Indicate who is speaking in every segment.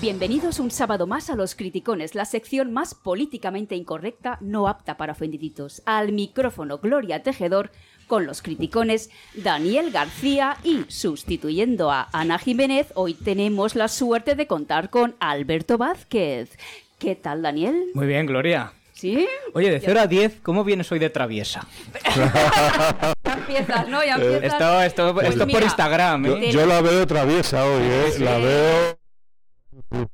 Speaker 1: Bienvenidos un sábado más a Los Criticones, la sección más políticamente incorrecta, no apta para ofendiditos. Al micrófono Gloria Tejedor, con los criticones Daniel García y sustituyendo a Ana Jiménez, hoy tenemos la suerte de contar con Alberto Vázquez. ¿Qué tal, Daniel?
Speaker 2: Muy bien, Gloria.
Speaker 1: ¿Sí?
Speaker 2: Oye, de 0 a 10, ¿cómo vienes hoy de traviesa?
Speaker 1: Ya empiezas, ¿no? Ya empiezas.
Speaker 2: Esto, esto,
Speaker 1: Pues
Speaker 2: esto
Speaker 1: mira,
Speaker 2: por Instagram,
Speaker 1: yo-
Speaker 2: ¿eh?
Speaker 1: Bien.
Speaker 3: Yo la veo traviesa hoy, ¿eh? La veo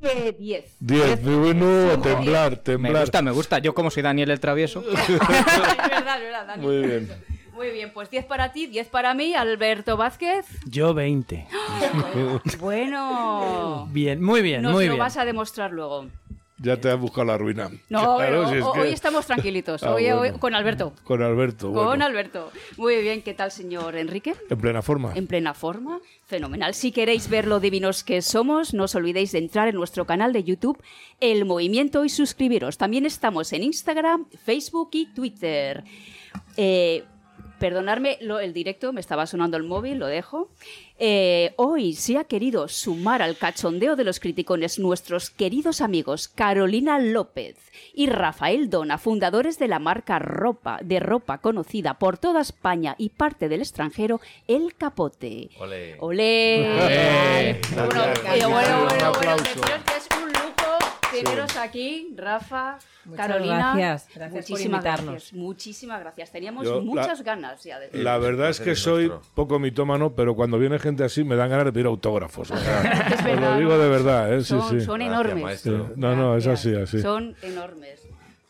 Speaker 1: de 10.
Speaker 3: 10, bueno, a temblar,
Speaker 2: Me
Speaker 3: temblar.
Speaker 2: gusta, me gusta. Yo como soy Daniel el travieso.
Speaker 1: es verdad, es verdad, Dani.
Speaker 3: Muy bien.
Speaker 1: Muy bien, pues 10 para ti, 10 para mí, Alberto Vázquez.
Speaker 4: Yo 20.
Speaker 1: Bueno,
Speaker 4: Bien, muy bien,
Speaker 1: nos
Speaker 4: muy
Speaker 1: lo
Speaker 4: bien.
Speaker 1: vas a demostrar luego.
Speaker 3: Ya te has buscado la ruina. Claro,
Speaker 1: No, pero
Speaker 3: si es
Speaker 1: ho-
Speaker 3: que-
Speaker 1: hoy estamos tranquilitos,
Speaker 3: Ah,
Speaker 1: hoy, hoy-
Speaker 3: bueno.
Speaker 1: con Alberto.
Speaker 3: Con Alberto, bueno.
Speaker 1: Con Alberto. Muy bien, ¿qué tal, señor Enrique?
Speaker 3: En plena forma.
Speaker 1: En plena forma, fenomenal. Si queréis ver lo divinos que somos, no os olvidéis de entrar en nuestro canal de YouTube, El Movimiento, y suscribiros. También estamos en Instagram, Facebook y Twitter. Eh, perdonadme lo- el directo, me estaba sonando el móvil, lo dejo. Eh, hoy se ha querido sumar al cachondeo de los criticones nuestros queridos amigos Carolina López y Rafael Dona, fundadores de la marca ropa, de ropa conocida por toda España y parte del extranjero, El Capote.
Speaker 5: Ole.
Speaker 1: ¡Olé!
Speaker 2: Olé.
Speaker 1: Bueno,
Speaker 3: Gracias,
Speaker 1: eh, bueno,
Speaker 3: gracias.
Speaker 1: bueno,
Speaker 3: Un
Speaker 1: bueno,
Speaker 3: aplauso.
Speaker 1: deciros que es un lujo teneros aquí, Rafa,
Speaker 6: Muchas
Speaker 1: Carolina.
Speaker 6: gracias, gracias por
Speaker 1: muchísimas
Speaker 6: invitarnos.
Speaker 1: gracias, muchísimas gracias. Teníamos
Speaker 3: Yo, la-
Speaker 1: muchas ganas ya de
Speaker 3: La verdad es que
Speaker 5: Placer es
Speaker 3: soy
Speaker 5: nuestro.
Speaker 3: poco mitómano, pero cuando viene gente así me dan ganas de pedir autógrafos. o sea,
Speaker 1: Es
Speaker 3: os
Speaker 1: verdad,
Speaker 3: lo digo
Speaker 1: ¿no?
Speaker 3: de verdad, ¿eh? Sí,
Speaker 1: son,
Speaker 3: sí.
Speaker 1: son
Speaker 5: Gracias,
Speaker 1: enormes.
Speaker 3: Sí.
Speaker 5: maestro.
Speaker 3: No, no, es así,
Speaker 1: Gracias.
Speaker 3: así.
Speaker 1: Son enormes.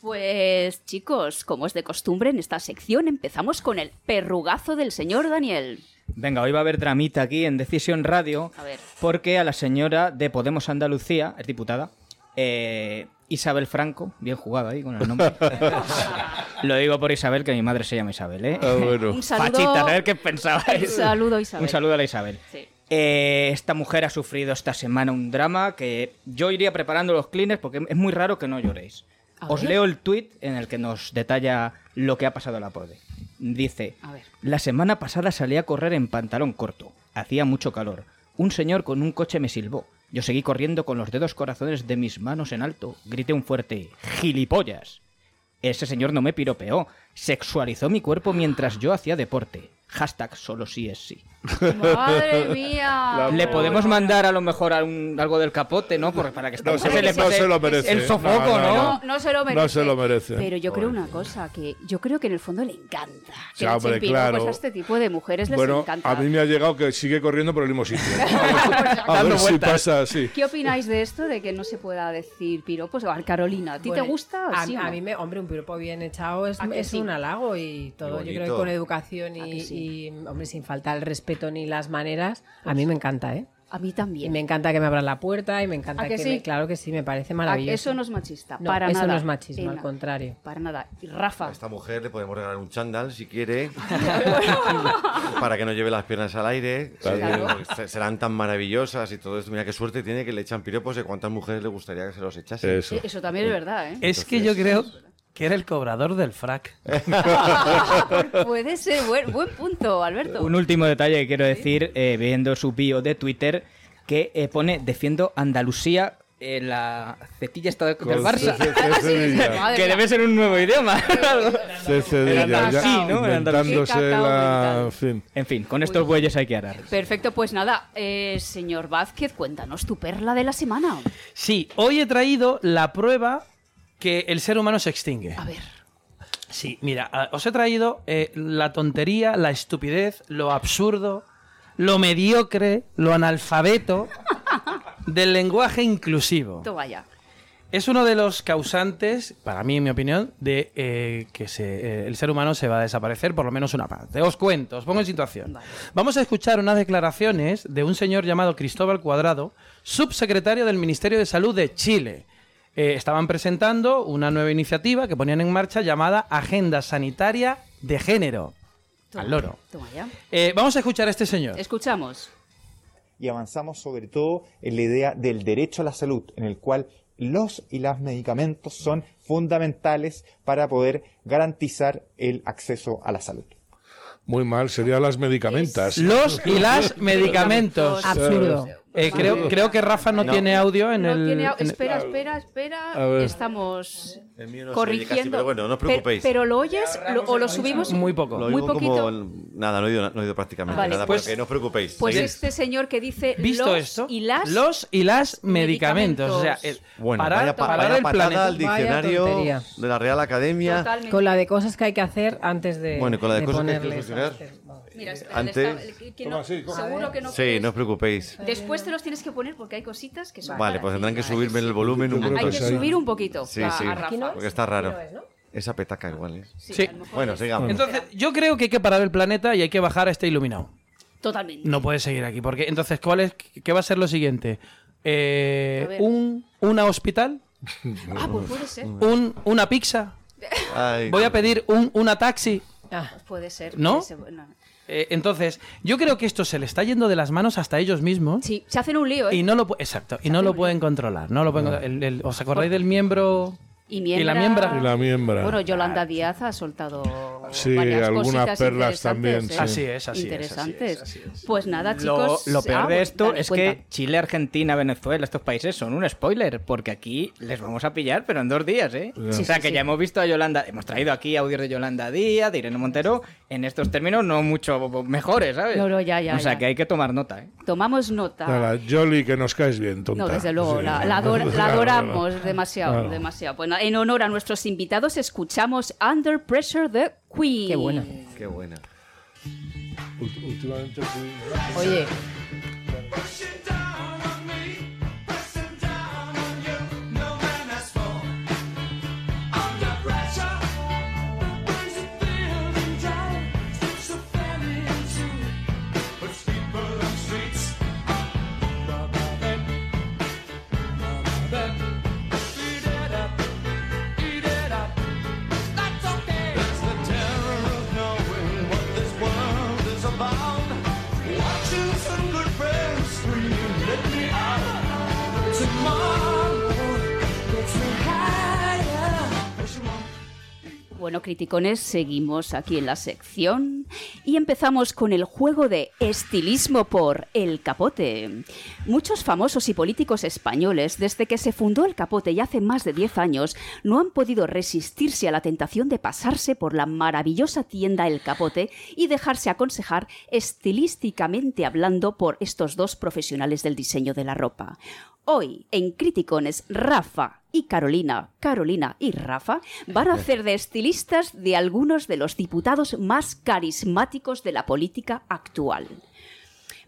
Speaker 1: Pues chicos, como es de costumbre en esta sección, empezamos con el perrugazo del señor Daniel.
Speaker 2: Venga, hoy va a haber dramita aquí en Decisión Radio.
Speaker 1: A ver.
Speaker 2: Porque a la señora de Podemos Andalucía, es diputada, eh, Isabel Franco, bien jugado ahí con el nombre. Lo digo por Isabel, que mi madre se llama Isabel, ¿eh?
Speaker 3: Ah, bueno.
Speaker 1: Un saludo.
Speaker 2: Fachitas, a ver qué pensabais.
Speaker 1: Un saludo, Isabel.
Speaker 2: Un saludo a la Isabel.
Speaker 1: Sí.
Speaker 2: Eh, esta mujer ha sufrido esta semana un drama que yo iría preparando los cleaners porque es muy raro que no lloréis.
Speaker 1: A
Speaker 2: Os
Speaker 1: ver.
Speaker 2: leo el tweet en el que nos detalla lo que ha pasado a la PODE. Dice,
Speaker 1: A ver.
Speaker 2: la semana pasada salí a correr en pantalón corto. Hacía mucho calor. Un señor con un coche me silbó. Yo seguí corriendo con los dedos corazones de mis manos en alto. Grité un fuerte gilipollas. Ese señor no me piropeó. Sexualizó mi cuerpo mientras yo hacía deporte. Hashtag solo sí es sí.
Speaker 1: Madre mía.
Speaker 2: Le
Speaker 1: Bueno,
Speaker 2: podemos
Speaker 1: bueno.
Speaker 2: mandar a lo mejor a un- algo del capote, ¿no? Por- para que esta
Speaker 3: No
Speaker 2: mujer
Speaker 3: se-
Speaker 2: le
Speaker 3: no
Speaker 2: pase
Speaker 3: se lo merece.
Speaker 2: El sofoco,
Speaker 3: No, no,
Speaker 2: ¿no?
Speaker 1: No, no se lo merece.
Speaker 3: No se lo merece.
Speaker 1: Pero yo creo una cosa, que yo creo que en el fondo le encanta.
Speaker 3: Sí,
Speaker 1: Que le echen
Speaker 3: hombre,
Speaker 1: piropos
Speaker 3: claro.
Speaker 1: a este tipo de mujeres les
Speaker 3: Bueno,
Speaker 1: encanta.
Speaker 3: a mí me ha llegado que sigue corriendo por el mismo sitio. A ver
Speaker 2: Dando
Speaker 3: si
Speaker 2: vueltas.
Speaker 3: pasa así.
Speaker 1: ¿Qué opináis de esto de que no se pueda decir piropos? A ver, Carolina, ¿a ti
Speaker 6: Bueno,
Speaker 1: te gusta?
Speaker 6: Pues, A,
Speaker 1: sí o
Speaker 6: a
Speaker 1: no?
Speaker 6: mí, me, hombre, un piropo bien echado es,
Speaker 1: ¿A que
Speaker 6: es
Speaker 1: sí?
Speaker 6: un halago y todo. Yo creo que
Speaker 5: bonito.
Speaker 6: con educación
Speaker 1: ¿A
Speaker 6: y,
Speaker 1: que sí? Pues
Speaker 6: y, hombre, sin faltar el respeto ni las maneras, a mí me encanta, ¿eh?
Speaker 1: A mí
Speaker 6: Y
Speaker 1: también.
Speaker 6: me encanta que me abran la puerta y me
Speaker 1: ¿A
Speaker 6: encanta
Speaker 1: que
Speaker 6: que,
Speaker 1: sí?
Speaker 6: me- claro que sí, me parece
Speaker 1: Ah,
Speaker 6: maravilloso.
Speaker 1: Eso no es machista,
Speaker 6: No,
Speaker 1: para
Speaker 6: eso
Speaker 1: nada.
Speaker 6: no es machismo,
Speaker 1: En
Speaker 6: al
Speaker 1: nada.
Speaker 6: contrario.
Speaker 1: Para nada. Y
Speaker 5: A
Speaker 1: Rafa,
Speaker 5: esta mujer le podemos regalar un chándal si quiere. para que no lleve las piernas al aire.
Speaker 3: Claro.
Speaker 5: Sí, porque se- serán tan maravillosas y todo esto. Mira qué suerte tiene que le echan piropos de cuántas mujeres le gustaría que se los echasen.
Speaker 3: Eso.
Speaker 1: eh, eso también es verdad, ¿eh?
Speaker 4: Es que yo creo que era el cobrador del frac.
Speaker 1: Puede ser buen, buen punto, Alberto.
Speaker 2: Un último detalle que quiero decir, eh, viendo su bio de Twitter, que eh, pone defiendo Andalucía, eh, la cetilla esta de- del
Speaker 3: Con
Speaker 2: Barça.
Speaker 3: C- C- Sevilla.
Speaker 1: Madre
Speaker 2: Que
Speaker 1: mía.
Speaker 2: debe ser un nuevo idioma.
Speaker 3: CCD, ya,
Speaker 2: Andalucía,
Speaker 3: ya
Speaker 2: ¿no? Era Andalucía.
Speaker 3: inventándose
Speaker 1: Cacao
Speaker 3: la...
Speaker 1: mental.
Speaker 3: en fin.
Speaker 2: en fin, con estos bueyes hay que arar.
Speaker 1: Perfecto, pues nada, eh, señor Vázquez, cuéntanos tu perla de la semana.
Speaker 4: Sí, hoy he traído la prueba que el ser humano se extingue.
Speaker 1: A ver,
Speaker 4: Sí, mira, a- os he traído eh, la tontería, la estupidez, lo absurdo, lo mediocre, lo analfabeto del lenguaje inclusivo.
Speaker 1: toma ya.
Speaker 4: Es uno de los causantes, para mí, en mi opinión, de eh, que se- eh, el ser humano se va a desaparecer, por lo menos una parte. Os cuento, os pongo en situación.
Speaker 1: Vale.
Speaker 4: Vamos a escuchar unas declaraciones de un señor llamado Cristóbal Cuadrado, subsecretario del Ministerio de Salud de Chile. Eh, estaban presentando una nueva iniciativa que ponían en marcha llamada Agenda Sanitaria de Género.
Speaker 1: Toma,
Speaker 4: Al loro.
Speaker 1: Toma ya.
Speaker 4: Eh, vamos a escuchar a este señor.
Speaker 1: Escuchamos.
Speaker 7: y avanzamos sobre todo en la idea del derecho a la salud, en el cual los y las medicamentos son fundamentales para poder garantizar el acceso a la salud.
Speaker 3: Muy mal, serían las medicamentas.
Speaker 4: Los y las medicamentos.
Speaker 6: Absurdo.
Speaker 4: Eh, creo, creo que Rafa no,
Speaker 5: No.
Speaker 4: tiene audio en
Speaker 1: No
Speaker 4: el.
Speaker 1: tiene au-
Speaker 4: en el-
Speaker 1: espera, espera, espera,
Speaker 3: A ver.
Speaker 1: Estamos
Speaker 5: El mío no se oye casi,
Speaker 1: corrigiendo.
Speaker 5: pero bueno, no os
Speaker 1: Pe-
Speaker 5: preocupéis.
Speaker 1: Pero, lo oyes Lo- o lo subimos.
Speaker 4: Muy poco.
Speaker 5: Lo
Speaker 1: Muy
Speaker 5: oigo
Speaker 1: poquito.
Speaker 5: como el- nada, no he oído, no he oído prácticamente
Speaker 1: Vale.
Speaker 5: nada,
Speaker 4: Pues-
Speaker 5: porque no os preocupéis.
Speaker 1: Pues
Speaker 5: Seguid.
Speaker 1: este señor que dice
Speaker 4: Visto
Speaker 1: los
Speaker 4: esto,
Speaker 1: y las
Speaker 4: los y las medicamentos.
Speaker 1: medicamentos.
Speaker 4: O sea, el-
Speaker 5: bueno,
Speaker 4: parar,
Speaker 5: vaya, pa-
Speaker 4: parar
Speaker 5: vaya
Speaker 4: el
Speaker 5: patada
Speaker 4: planeta.
Speaker 5: al
Speaker 6: Vaya
Speaker 5: diccionario
Speaker 6: tontería.
Speaker 5: de la Real Academia.
Speaker 1: totalmente.
Speaker 6: Con la de cosas que hay que hacer antes de.
Speaker 5: Bueno, y con la de cosas que hay que
Speaker 6: ponerles
Speaker 5: solucionar.
Speaker 6: antes. Vale.
Speaker 1: Mira, espera,
Speaker 5: Antes-
Speaker 1: le está- el- que no-
Speaker 3: Toma, sí, coge.
Speaker 1: seguro que no.
Speaker 5: Sí,
Speaker 1: quieres-
Speaker 5: no os preocupéis.
Speaker 1: Después te los tienes que poner porque hay cositas que son.
Speaker 5: Vale,
Speaker 1: para
Speaker 5: pues
Speaker 1: ti,
Speaker 5: tendrán que
Speaker 1: para
Speaker 5: subirme
Speaker 1: sí.
Speaker 5: el volumen un
Speaker 3: Yo creo
Speaker 1: Hay
Speaker 5: poco.
Speaker 1: que
Speaker 3: sí.
Speaker 1: subir un poquito
Speaker 5: Sí,
Speaker 1: a-
Speaker 5: sí.
Speaker 1: a Rafa.
Speaker 6: Aquí no
Speaker 5: Porque está raro.
Speaker 6: Aquí no es, ¿no?
Speaker 5: Esa petaca igual es.
Speaker 4: Sí.
Speaker 1: a lo mejor
Speaker 5: Bueno,
Speaker 1: es-
Speaker 5: sigamos.
Speaker 4: Entonces, yo creo que hay que parar el planeta y hay que bajar a este iluminado.
Speaker 1: Totalmente.
Speaker 4: No puede seguir aquí, porque entonces, ¿cuál es, ¿qué va a ser lo siguiente? Eh,
Speaker 1: A ver.
Speaker 4: un, ¿Una hospital?
Speaker 1: Ah, pues puede ser.
Speaker 4: Un, ¿Una pizza?
Speaker 5: Ay,
Speaker 4: Voy a pedir un, una taxi.
Speaker 6: Ah,
Speaker 1: Puede ser.
Speaker 4: ¿No?
Speaker 1: puede ser, bueno.
Speaker 4: Eh, entonces, yo creo que esto se le está yendo de las manos hasta ellos mismos.
Speaker 1: Sí, se hacen un lío, ¿eh?
Speaker 4: Y no lo, pu- exacto, y no lo pueden controlar. No lo pueden controlar. El- el- ¿Os acordáis del miembro?
Speaker 1: Y miembra-
Speaker 4: y la miembra.
Speaker 3: Y la miembra.
Speaker 1: Bueno, Yolanda Díaz ha soltado
Speaker 3: Sí,
Speaker 1: varias
Speaker 3: algunas
Speaker 1: cositas
Speaker 3: perlas
Speaker 1: interesantes,
Speaker 3: también,
Speaker 1: ¿eh?
Speaker 3: sí. Así
Speaker 4: es, así es,
Speaker 1: interesantes.
Speaker 4: así es, así es.
Speaker 1: Pues nada,
Speaker 2: Lo,
Speaker 1: chicos.
Speaker 2: lo peor
Speaker 1: ah,
Speaker 2: de
Speaker 1: bueno,
Speaker 2: esto
Speaker 1: dale,
Speaker 2: es
Speaker 1: cuenta.
Speaker 2: que Chile, Argentina, Venezuela, estos países son un spoiler, porque aquí les vamos a pillar, pero en dos días, ¿eh? o sea, que ya hemos visto a Yolanda, hemos traído aquí audios de Yolanda Díaz, de Irene Montero, en estos términos no mucho mejores, ¿sabes?
Speaker 1: No, no, ya, ya,
Speaker 2: O sea,
Speaker 1: ya.
Speaker 2: que hay que tomar nota, ¿eh?
Speaker 1: Tomamos nota.
Speaker 3: Nada, Jolly, que nos caes bien, tonta.
Speaker 1: No, desde luego,
Speaker 3: Sí.
Speaker 1: la, la ador- la
Speaker 3: Claro,
Speaker 1: adoramos
Speaker 3: claro.
Speaker 1: demasiado,
Speaker 3: Claro.
Speaker 1: demasiado. Bueno, en honor a nuestros invitados escuchamos Under Pressure de Queen.
Speaker 6: qué buena.
Speaker 5: Qué buena.
Speaker 3: Ult- Últimamente
Speaker 1: ¿Eh?
Speaker 3: fui-
Speaker 6: Oye,
Speaker 1: Bueno, criticones, seguimos aquí en la sección y empezamos con el juego de estilismo por El Capote. Muchos famosos y políticos españoles, desde que se fundó El Capote y hace más de 10 años, no han podido resistirse a la tentación de pasarse por la maravillosa tienda El Capote y dejarse aconsejar estilísticamente hablando por estos dos profesionales del diseño de la ropa. Hoy, en Criticones, Rafa y Carolina, Carolina y Rafa, van a hacer de estilistas de algunos de los diputados más carismáticos de la política actual.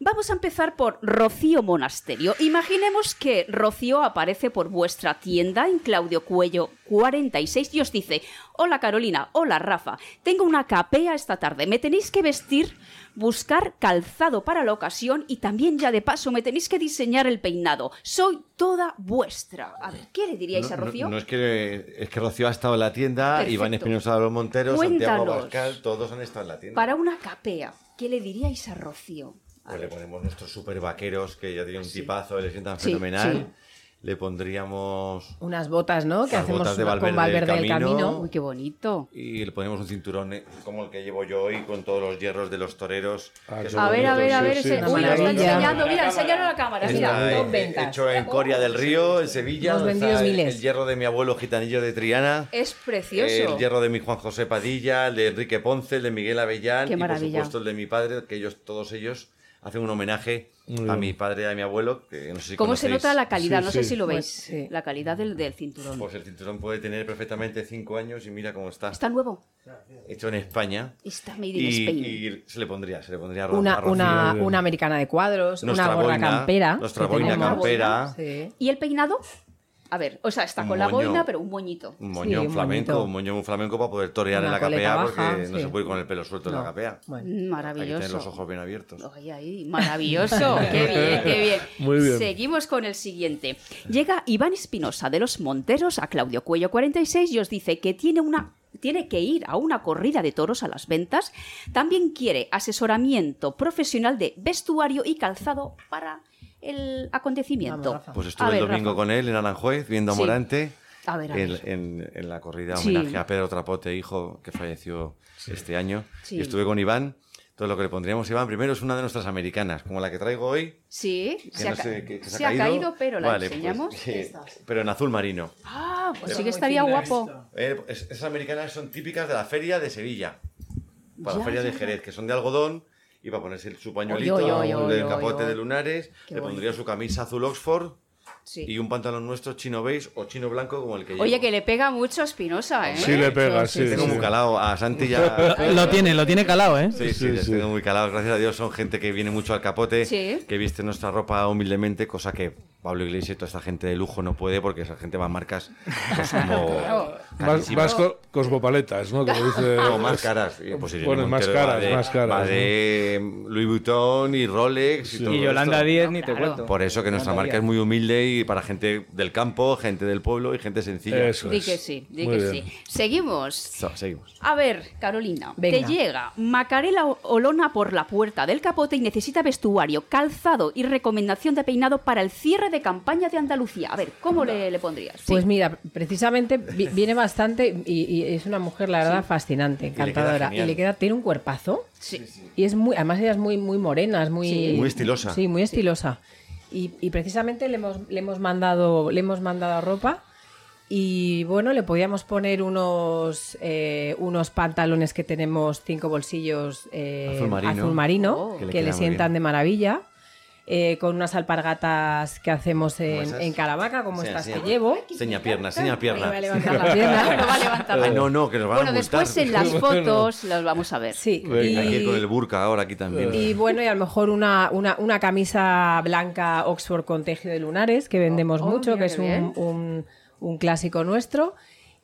Speaker 1: Vamos a empezar por Rocío Monasterio. Imaginemos que Rocío aparece por vuestra tienda en Claudio Cuello 46 y os dice, hola Carolina, hola Rafa, tengo una capea esta tarde, me tenéis que vestir, buscar calzado para la ocasión y también ya de paso me tenéis que diseñar el peinado. Soy toda vuestra. A ver, ¿qué le diríais a
Speaker 5: No, no-
Speaker 1: Rocío?
Speaker 5: no es que es que Rocío ha estado en la tienda,
Speaker 1: Perfecto.
Speaker 5: Iván Espinosa los Monteros, Santiago
Speaker 1: Cuéntanos.
Speaker 5: Abascal, todos han estado en la tienda.
Speaker 1: Para una capea, ¿qué le diríais a Rocío?
Speaker 5: Pues le ponemos nuestros super vaqueros, que ya tiene un tipazo, le sientan
Speaker 1: Sí,
Speaker 5: fenomenal.
Speaker 1: sí.
Speaker 5: Le pondríamos.
Speaker 6: unas botas, ¿no? Que
Speaker 5: Las
Speaker 6: hacemos
Speaker 5: botas de
Speaker 6: una- con
Speaker 5: Valverde
Speaker 6: Valverde
Speaker 5: del
Speaker 6: del camino.
Speaker 5: Camino.
Speaker 1: Uy, qué bonito.
Speaker 5: Y le ponemos un cinturón eh, como el que llevo yo hoy, con todos los hierros de los toreros.
Speaker 3: Ah,
Speaker 5: que
Speaker 3: qué
Speaker 5: son
Speaker 1: A ver, a ver, a ver.
Speaker 3: Sí, sí,
Speaker 1: ese-
Speaker 6: una
Speaker 1: Uy, lo está
Speaker 6: maravilla.
Speaker 1: enseñando. Mira, enseñalo a la cámara.
Speaker 5: Está,
Speaker 1: Mira,
Speaker 5: eh,
Speaker 6: top ventas.
Speaker 5: hecho en Coria del Río, en Sevilla.
Speaker 6: Hemos
Speaker 5: donde está
Speaker 6: vendido
Speaker 5: el-
Speaker 6: miles.
Speaker 5: El hierro de mi abuelo gitanillo de Triana.
Speaker 1: es
Speaker 5: El
Speaker 1: precioso.
Speaker 5: hierro de mi Juan José Padilla, el de Enrique Ponce, el de Miguel Avellán
Speaker 1: Qué
Speaker 5: y por
Speaker 1: maravilla.
Speaker 5: supuesto el de mi padre, que ellos, todos ellos hacen un homenaje a mi padre y a mi abuelo. Que no sé si
Speaker 1: ¿Cómo se
Speaker 5: conocéis.
Speaker 1: nota la calidad?
Speaker 3: Sí,
Speaker 1: no sé
Speaker 3: sí.
Speaker 1: si lo veis.
Speaker 6: Pues sí.
Speaker 1: La calidad del, del cinturón.
Speaker 5: Pues el cinturón puede tener perfectamente 5 años y mira cómo está.
Speaker 1: Está nuevo.
Speaker 5: Hecho en España.
Speaker 1: Está made in
Speaker 5: Y,
Speaker 1: Spain.
Speaker 5: y se le pondría, se le pondría ro- a
Speaker 6: Una,
Speaker 5: Rocío.
Speaker 6: una, una americana de cuadros,
Speaker 5: Nuestra
Speaker 6: una gorra
Speaker 5: boina,
Speaker 6: campera.
Speaker 5: nuestra
Speaker 6: que
Speaker 5: boina
Speaker 6: tenemos.
Speaker 5: campera.
Speaker 6: Sí.
Speaker 1: ¿Y el peinado? A ver, o sea, está
Speaker 5: Un
Speaker 1: con la
Speaker 5: moño.
Speaker 1: boina, pero un moñito.
Speaker 5: Un moñón
Speaker 6: Sí, un
Speaker 5: flamenco,
Speaker 6: moñito.
Speaker 5: un moñón flamenco para poder torear
Speaker 6: Una
Speaker 5: en la
Speaker 6: coleta
Speaker 5: capea
Speaker 6: baja,
Speaker 5: porque no
Speaker 6: sí.
Speaker 5: se puede ir con el pelo suelto en
Speaker 6: No.
Speaker 5: la capea.
Speaker 6: Bueno.
Speaker 1: Mm,
Speaker 5: Hay que tener
Speaker 1: Maravilloso.
Speaker 5: los ojos bien abiertos.
Speaker 1: Ay, ay, maravilloso. qué bien, qué bien.
Speaker 3: Muy bien.
Speaker 1: Seguimos con el siguiente. Llega Iván Espinosa de los Monteros a Claudio Cuello 46 y os dice que tiene una tiene que ir a una corrida de toros a las ventas. También quiere asesoramiento profesional de vestuario y calzado para el acontecimiento.
Speaker 6: Vamos, Rafa.
Speaker 5: Pues
Speaker 1: A
Speaker 5: estuve
Speaker 1: ver,
Speaker 5: el domingo
Speaker 1: Rafa.
Speaker 5: con él en Aranjuez, viendo a
Speaker 1: Sí.
Speaker 5: Morante.
Speaker 1: A ver, a ver.
Speaker 5: En, en- en la corrida
Speaker 1: Sí.
Speaker 5: homenaje a Pedro Trapote, hijo, que falleció este año.
Speaker 1: Sí.
Speaker 5: Y estuve con Iván. Entonces lo que le pondríamos, Iván, primero es una de nuestras americanas, como la que traigo hoy.
Speaker 1: Sí,
Speaker 5: que
Speaker 1: se,
Speaker 5: no
Speaker 1: ha, ca-
Speaker 5: sé qué- que
Speaker 1: se ha caído? pero la
Speaker 5: Vale, pues,
Speaker 1: enseñamos.
Speaker 5: eh, pero en azul marino.
Speaker 1: Ah, pues sí que estaría guapo.
Speaker 5: Eh, es- esas americanas son típicas de la feria de Sevilla. Para
Speaker 1: Ya,
Speaker 5: la feria de
Speaker 1: ya.
Speaker 5: Jerez, que son de algodón. Y para ponerse su pañuelito,
Speaker 1: Oy, oy, oy, oy,
Speaker 5: el
Speaker 1: oy,
Speaker 5: capote
Speaker 1: oy.
Speaker 5: de lunares,
Speaker 1: Qué
Speaker 5: le
Speaker 1: bonito.
Speaker 5: pondría su camisa azul Oxford
Speaker 1: Sí.
Speaker 5: y un pantalón nuestro chino beige o chino blanco como el que
Speaker 1: Oye,
Speaker 5: llevo.
Speaker 1: que le pega mucho a Espinosa, ¿eh?
Speaker 3: Sí le pega,
Speaker 6: Sí,
Speaker 3: sí.
Speaker 5: Tengo
Speaker 3: sí.
Speaker 5: muy calado a Santi ya.
Speaker 4: Lo tiene, lo tiene calado, ¿eh?
Speaker 5: Sí, sí,
Speaker 3: Sí,
Speaker 5: les
Speaker 3: sí.
Speaker 5: tengo muy calados. Gracias a Dios son gente que viene mucho al capote,
Speaker 1: Sí.
Speaker 5: que viste nuestra ropa humildemente, cosa que Pablo Iglesias y toda esta gente de lujo no puede porque esa gente va a marcas pues, como,
Speaker 1: Claro.
Speaker 3: Más, más co- cosmopaletas, ¿no? Como dice.
Speaker 5: no, más caras. Eh, Pues Irene
Speaker 3: Bueno, más
Speaker 5: Montero va
Speaker 3: caras,
Speaker 5: de-
Speaker 3: más caras,
Speaker 5: va
Speaker 3: ¿no?
Speaker 5: de mm, Louis Vuitton y Rolex y todo
Speaker 2: Y Yolanda
Speaker 5: esto.
Speaker 2: 10 ni te
Speaker 1: Claro.
Speaker 2: cuento.
Speaker 5: Por eso que nuestra
Speaker 2: Yolanda
Speaker 5: marca es
Speaker 2: Díaz.
Speaker 5: muy humilde y para gente del campo, gente del pueblo y gente sencilla.
Speaker 3: Eso
Speaker 1: Di
Speaker 3: es.
Speaker 1: que sí, di
Speaker 3: Muy
Speaker 1: que
Speaker 3: bien.
Speaker 1: sí. Seguimos.
Speaker 5: So, seguimos.
Speaker 1: A ver, Carolina,
Speaker 6: Venga.
Speaker 1: te llega Macarela O- Olona por la puerta del capote y necesita vestuario, calzado y recomendación de peinado para el cierre de campaña de Andalucía. A ver, ¿cómo le, le pondrías? Sí.
Speaker 6: Pues mira, precisamente vi- viene bastante y, y es una mujer, la verdad, fascinante,
Speaker 5: queda
Speaker 6: encantadora. Y
Speaker 5: genial.
Speaker 6: le queda, tiene un cuerpazo.
Speaker 1: Sí.
Speaker 6: Y es muy, además ella es muy, muy morena, es muy,
Speaker 1: Sí.
Speaker 5: Muy estilosa.
Speaker 6: Sí, muy estilosa. Y, y precisamente le hemos, le hemos mandado, le hemos mandado ropa. Y bueno, le podíamos poner unos, eh, unos pantalones que tenemos cinco bolsillos eh,
Speaker 5: Azul marino.
Speaker 6: marino,
Speaker 1: Oh.
Speaker 6: que
Speaker 5: Que le
Speaker 6: le,
Speaker 5: queda muy
Speaker 6: sientan
Speaker 5: bien.
Speaker 6: de maravilla. eh, con unas alpargatas que hacemos en,
Speaker 5: esas?
Speaker 6: en Caravaca, como
Speaker 5: Sí,
Speaker 6: estas
Speaker 5: sí.
Speaker 6: que llevo.
Speaker 5: Seña pierna, seña
Speaker 6: Ahí
Speaker 5: pierna.
Speaker 6: va a levantar la pierna.
Speaker 1: Lo va a levantar.
Speaker 5: Ay, no, no, que nos van
Speaker 1: bueno,
Speaker 5: a multar.
Speaker 1: después en las fotos los vamos a ver.
Speaker 6: Sí,
Speaker 3: Venga,
Speaker 5: Hay que ir con el
Speaker 6: y,
Speaker 5: burka ahora aquí también.
Speaker 6: y bueno, y a lo mejor una, una, una camisa blanca Oxford con tejido de lunares, que vendemos
Speaker 1: Oh,
Speaker 6: mucho,
Speaker 1: mira
Speaker 6: que es
Speaker 1: qué
Speaker 6: un,
Speaker 1: bien.
Speaker 6: un- un clásico nuestro.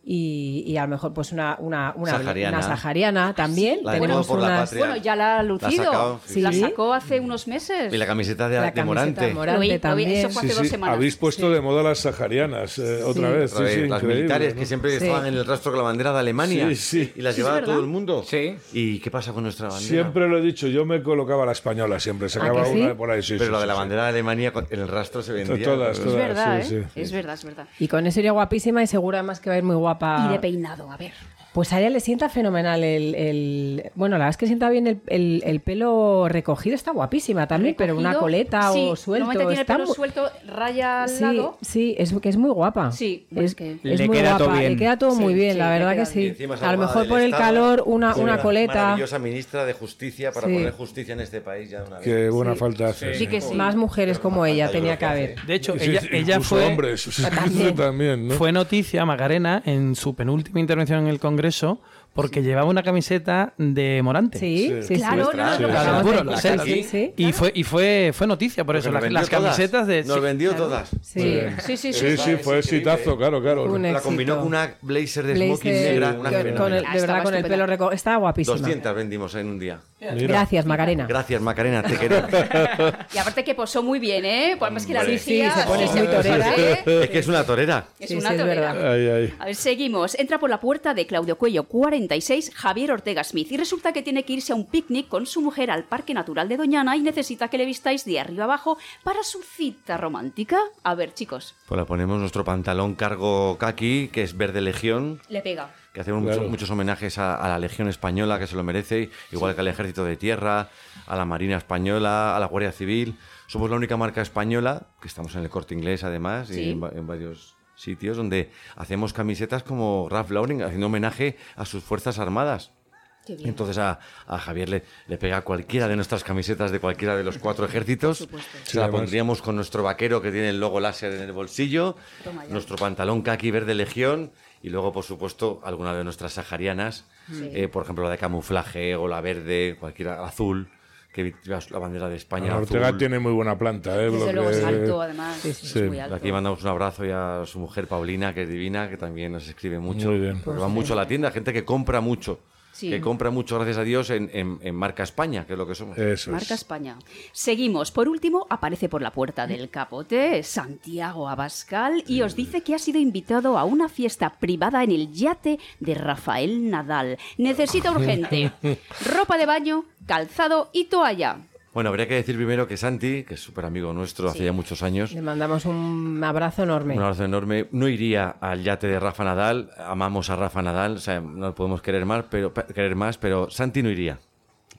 Speaker 6: Y, y a lo mejor pues una, una, una,
Speaker 5: Sahariana.
Speaker 6: una sahariana también.
Speaker 5: La de
Speaker 6: Tenemos
Speaker 5: Modo por la
Speaker 6: unas-
Speaker 5: Patria.
Speaker 1: Bueno, ya la ha
Speaker 5: La
Speaker 1: lucido.
Speaker 5: ha sacado, sí.
Speaker 1: La
Speaker 6: Sí.
Speaker 1: sacó hace unos meses.
Speaker 5: Y la camiseta de,
Speaker 6: La
Speaker 5: de
Speaker 6: camiseta
Speaker 5: Morante.
Speaker 6: Morante
Speaker 1: Lo vi, lo vi, eso
Speaker 6: también.
Speaker 1: fue hace dos semanas.
Speaker 3: Habéis puesto de moda las saharianas eh, otra
Speaker 6: Sí.
Speaker 3: vez. Sí,
Speaker 5: Otra vez,
Speaker 3: sí,
Speaker 5: las
Speaker 3: increíble,
Speaker 5: militares
Speaker 3: ¿no?
Speaker 5: que siempre
Speaker 6: Sí.
Speaker 5: estaban en el rastro con la bandera de Alemania
Speaker 3: Sí, sí.
Speaker 5: y las
Speaker 1: Sí, es
Speaker 5: llevaba
Speaker 1: verdad.
Speaker 5: todo el mundo.
Speaker 2: Sí.
Speaker 5: ¿Y qué pasa con nuestra bandera?
Speaker 3: Siempre lo he dicho, yo me colocaba la española, siempre
Speaker 1: ¿Ah,
Speaker 3: sacaba
Speaker 6: que sí?
Speaker 3: una de por ahí. Sí,
Speaker 5: Pero
Speaker 3: sí,
Speaker 5: la de
Speaker 3: sí,
Speaker 5: la
Speaker 3: sí.
Speaker 5: bandera de Alemania con- en el rastro se vendía.
Speaker 3: Todas,
Speaker 5: Pero-
Speaker 1: Es
Speaker 3: todas.
Speaker 1: verdad,
Speaker 3: Sí,
Speaker 1: ¿eh?
Speaker 3: sí.
Speaker 1: Es verdad, es verdad.
Speaker 6: Y con eso iría guapísima y seguro además que va a ir muy guapa.
Speaker 1: Y de peinado, a ver.
Speaker 6: Pues a ella le sienta fenomenal el, el- Bueno, la verdad es que sienta bien el, el- el pelo recogido, está guapísima también, pero una
Speaker 1: Recogido.
Speaker 6: coleta
Speaker 1: Sí,
Speaker 6: o suelto.
Speaker 1: Normalmente tiene el
Speaker 6: está
Speaker 1: pelo
Speaker 6: mu-
Speaker 1: suelto, raya al
Speaker 6: sí,
Speaker 1: lado.
Speaker 6: sí, es que es muy guapa.
Speaker 1: Sí, es
Speaker 6: es,
Speaker 1: que-
Speaker 6: es
Speaker 2: Le
Speaker 6: muy
Speaker 2: queda todo
Speaker 6: guapa,
Speaker 2: bien.
Speaker 6: le queda todo
Speaker 1: Sí,
Speaker 6: muy bien,
Speaker 1: sí,
Speaker 6: la
Speaker 1: le
Speaker 6: verdad
Speaker 1: queda
Speaker 6: que
Speaker 5: Y
Speaker 6: sí.
Speaker 5: encima es
Speaker 6: A lo
Speaker 5: abogada
Speaker 6: mejor
Speaker 5: del
Speaker 6: por el
Speaker 5: Estado.
Speaker 6: calor una,
Speaker 5: Sí,
Speaker 6: una coleta
Speaker 5: Maravillosa ministra de justicia para
Speaker 6: Sí.
Speaker 5: poner justicia en este país ya de una vez.
Speaker 3: Qué buena falta hace.
Speaker 1: Sí que sí.
Speaker 6: más mujeres como ella
Speaker 5: falta, yo
Speaker 6: tenía
Speaker 5: creo
Speaker 6: que
Speaker 5: que
Speaker 6: haber.
Speaker 4: De hecho,
Speaker 3: Sí,
Speaker 4: ella,
Speaker 3: sí,
Speaker 4: ella
Speaker 3: incluso
Speaker 4: fue.
Speaker 3: hombres, sí, sí,
Speaker 6: También.
Speaker 3: también, ¿no?
Speaker 4: Fue noticia Macarena en su penúltima intervención en el Congreso porque llevaba una camiseta de Morante.
Speaker 6: Sí,
Speaker 3: Sí.
Speaker 6: sí, sí.
Speaker 1: Claro, no,
Speaker 5: Nuestra,
Speaker 1: no,
Speaker 5: Ah, sí.
Speaker 1: no,
Speaker 4: Claro,
Speaker 1: no,
Speaker 4: os
Speaker 1: no,
Speaker 4: juro,
Speaker 1: no,
Speaker 4: lo
Speaker 1: no,
Speaker 4: sé.
Speaker 1: no,
Speaker 6: sí, sí.
Speaker 4: Y fue, y fue, fue noticia por
Speaker 5: Porque
Speaker 4: eso.
Speaker 5: nos
Speaker 4: Las,
Speaker 5: vendió
Speaker 4: las
Speaker 5: todas.
Speaker 4: camisetas de.
Speaker 5: Nos
Speaker 4: sí.
Speaker 5: vendió todas.
Speaker 6: Sí.
Speaker 1: Sí, sí, sí.
Speaker 3: Eh, Sí, sí, fue
Speaker 5: Es increíble.
Speaker 3: exitazo, claro, claro.
Speaker 6: Un
Speaker 5: La combinó con una blazer de smoking
Speaker 6: Blazer,
Speaker 5: negra.
Speaker 6: eh, con-
Speaker 5: Una
Speaker 6: con el-
Speaker 5: fenomenal.
Speaker 1: Ah,
Speaker 6: de
Speaker 1: estaba
Speaker 6: verdad, con el
Speaker 1: estupenda.
Speaker 6: pelo recogido. Estaba guapísima.
Speaker 5: 200 vendimos en un día.
Speaker 3: Mira.
Speaker 6: Gracias, Macarena.
Speaker 5: Gracias, Macarena, te queremos.
Speaker 1: Y aparte que posó muy bien, ¿eh? Por más que la
Speaker 5: Hombre.
Speaker 1: Lucía...
Speaker 6: Sí, se pone
Speaker 1: sí,
Speaker 6: muy torera.
Speaker 1: ¿eh?
Speaker 5: es que es una torera.
Speaker 1: Es
Speaker 6: Sí,
Speaker 1: una
Speaker 6: sí, es
Speaker 1: torera.
Speaker 6: verdad.
Speaker 3: Ay, ay.
Speaker 1: A ver, seguimos. Entra por la puerta de Claudio Cuello 46, Javier Ortega Smith. Y resulta que tiene que irse a un picnic con su mujer al Parque Natural de Doñana y necesita que le vistáis de arriba abajo para su cita romántica. A ver, chicos,
Speaker 5: Pues la ponemos nuestro pantalón cargo kaki, que es verde legión,
Speaker 1: le pega.
Speaker 5: que hacemos
Speaker 3: Claro.
Speaker 5: muchos, muchos homenajes a, a la legión española, que se lo merece, igual que al ejército de tierra, a la marina española, a la guardia civil. Somos la única marca española, que estamos en el corte inglés además,
Speaker 1: Sí.
Speaker 5: y en, va- en varios sitios, donde hacemos camisetas como Ralph Lauren, haciendo homenaje a sus fuerzas armadas.
Speaker 1: Qué bien.
Speaker 5: Entonces a, a Javier le, le pega cualquiera de nuestras camisetas de cualquiera de los cuatro ejércitos. Se
Speaker 3: Sí,
Speaker 5: la
Speaker 3: además.
Speaker 5: pondríamos con nuestro vaquero que tiene el logo láser en el bolsillo,
Speaker 1: Toma ya.
Speaker 5: nuestro pantalón kaki verde legión y luego, por supuesto, alguna de nuestras saharianas, eh, por ejemplo, la de camuflaje o la verde, cualquiera azul, que la bandera de España.
Speaker 3: Ortega
Speaker 5: azul.
Speaker 3: tiene muy buena planta, ¿eh?
Speaker 1: Desde
Speaker 3: Porque-
Speaker 1: luego es alto, además.
Speaker 3: sí.
Speaker 1: Es muy alto.
Speaker 5: Aquí mandamos un abrazo y a su mujer Paulina, que es divina, que también nos escribe mucho.
Speaker 3: Muy bien.
Speaker 5: Porque va mucho a la tienda, gente que compra mucho.
Speaker 1: Sí.
Speaker 5: Que compra mucho, gracias a Dios, en, en- en marca España, que es lo que somos.
Speaker 3: Eso
Speaker 1: Marca
Speaker 3: es.
Speaker 1: España. Seguimos. Por último, aparece por la puerta del capote Santiago Abascal y os dice que ha sido invitado a una fiesta privada en el yate de Rafael Nadal. Necesita urgente ropa de baño, calzado y toalla.
Speaker 5: Bueno, habría que decir primero que Santi, que es súper amigo nuestro hace ya muchos años,
Speaker 6: Le mandamos un abrazo enorme.
Speaker 5: un abrazo enorme, no iría al yate de Rafa Nadal, amamos a Rafa Nadal, o sea, no lo podemos querer más, pero, pe- querer más, pero Santi no iría.